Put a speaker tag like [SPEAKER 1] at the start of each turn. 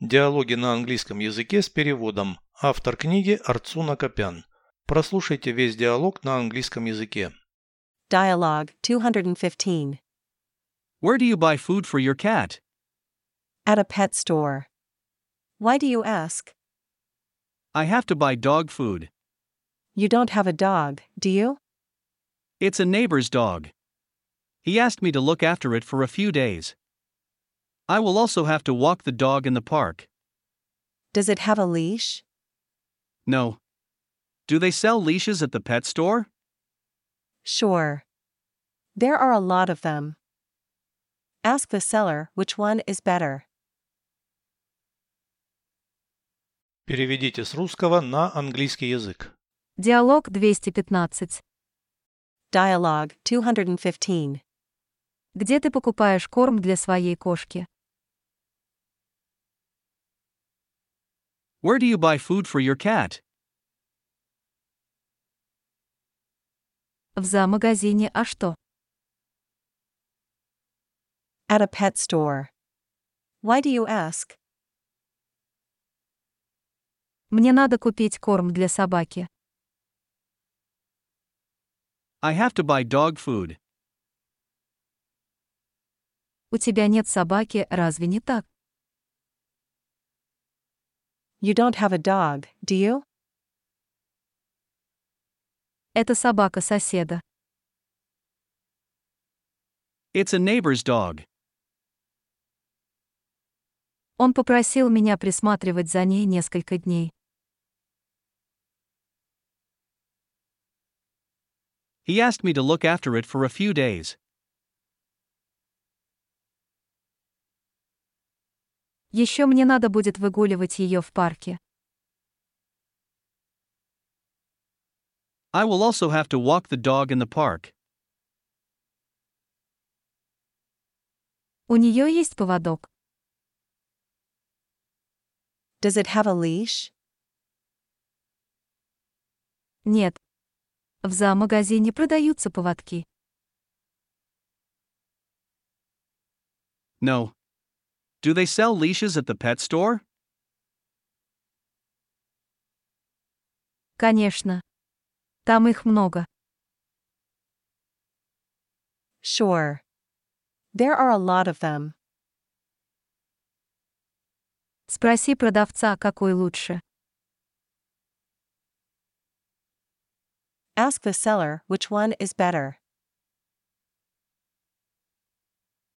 [SPEAKER 1] Диалоги на английском языке с переводом. Автор книги Арцуна Копян. Прослушайте весь диалог на английском языке.
[SPEAKER 2] Dialogue 215.
[SPEAKER 3] Where do you buy food for your cat?
[SPEAKER 2] At a pet store. Why do you ask?
[SPEAKER 3] I have to buy dog food.
[SPEAKER 2] You don't have a dog, do you?
[SPEAKER 3] It's a neighbor's dog. He asked me to look after it for a few days. I will also have to walk the dog in the park.
[SPEAKER 2] Does it have a leash?
[SPEAKER 3] No. Do they sell leashes at the pet store?
[SPEAKER 2] Sure. There are a lot of them. Ask the seller which one is better.
[SPEAKER 1] Переведите с русского на английский язык.
[SPEAKER 4] Диалог 215.
[SPEAKER 2] Dialogue 215.
[SPEAKER 4] Где ты покупаешь корм для своей кошки?
[SPEAKER 3] Where do you buy food for your cat?
[SPEAKER 4] В зоомагазине «А что?»
[SPEAKER 2] At a pet store. Why do you ask?
[SPEAKER 4] Мне надо купить корм для собаки.
[SPEAKER 3] I have to buy dog food.
[SPEAKER 4] У тебя нет собаки, разве не так?
[SPEAKER 2] You don't have a dog, do you?
[SPEAKER 4] Это собака соседа.
[SPEAKER 3] It's a neighbor's dog.
[SPEAKER 4] Он попросил меня присматривать за ней несколько дней.
[SPEAKER 3] He asked me to look after it for a few days.
[SPEAKER 4] Еще мне надо будет выгуливать ее в парке.
[SPEAKER 3] I will also have to walk the dog in the park.
[SPEAKER 4] У нее есть поводок.
[SPEAKER 2] Does it have a leash?
[SPEAKER 4] Нет. В зоомагазине продаются поводки.
[SPEAKER 3] No. Do they sell leashes at the pet store?
[SPEAKER 4] Конечно. Там их много.
[SPEAKER 2] Sure. There are a lot of them.
[SPEAKER 4] Спроси продавца, какой лучше.
[SPEAKER 2] Ask the seller which one is better.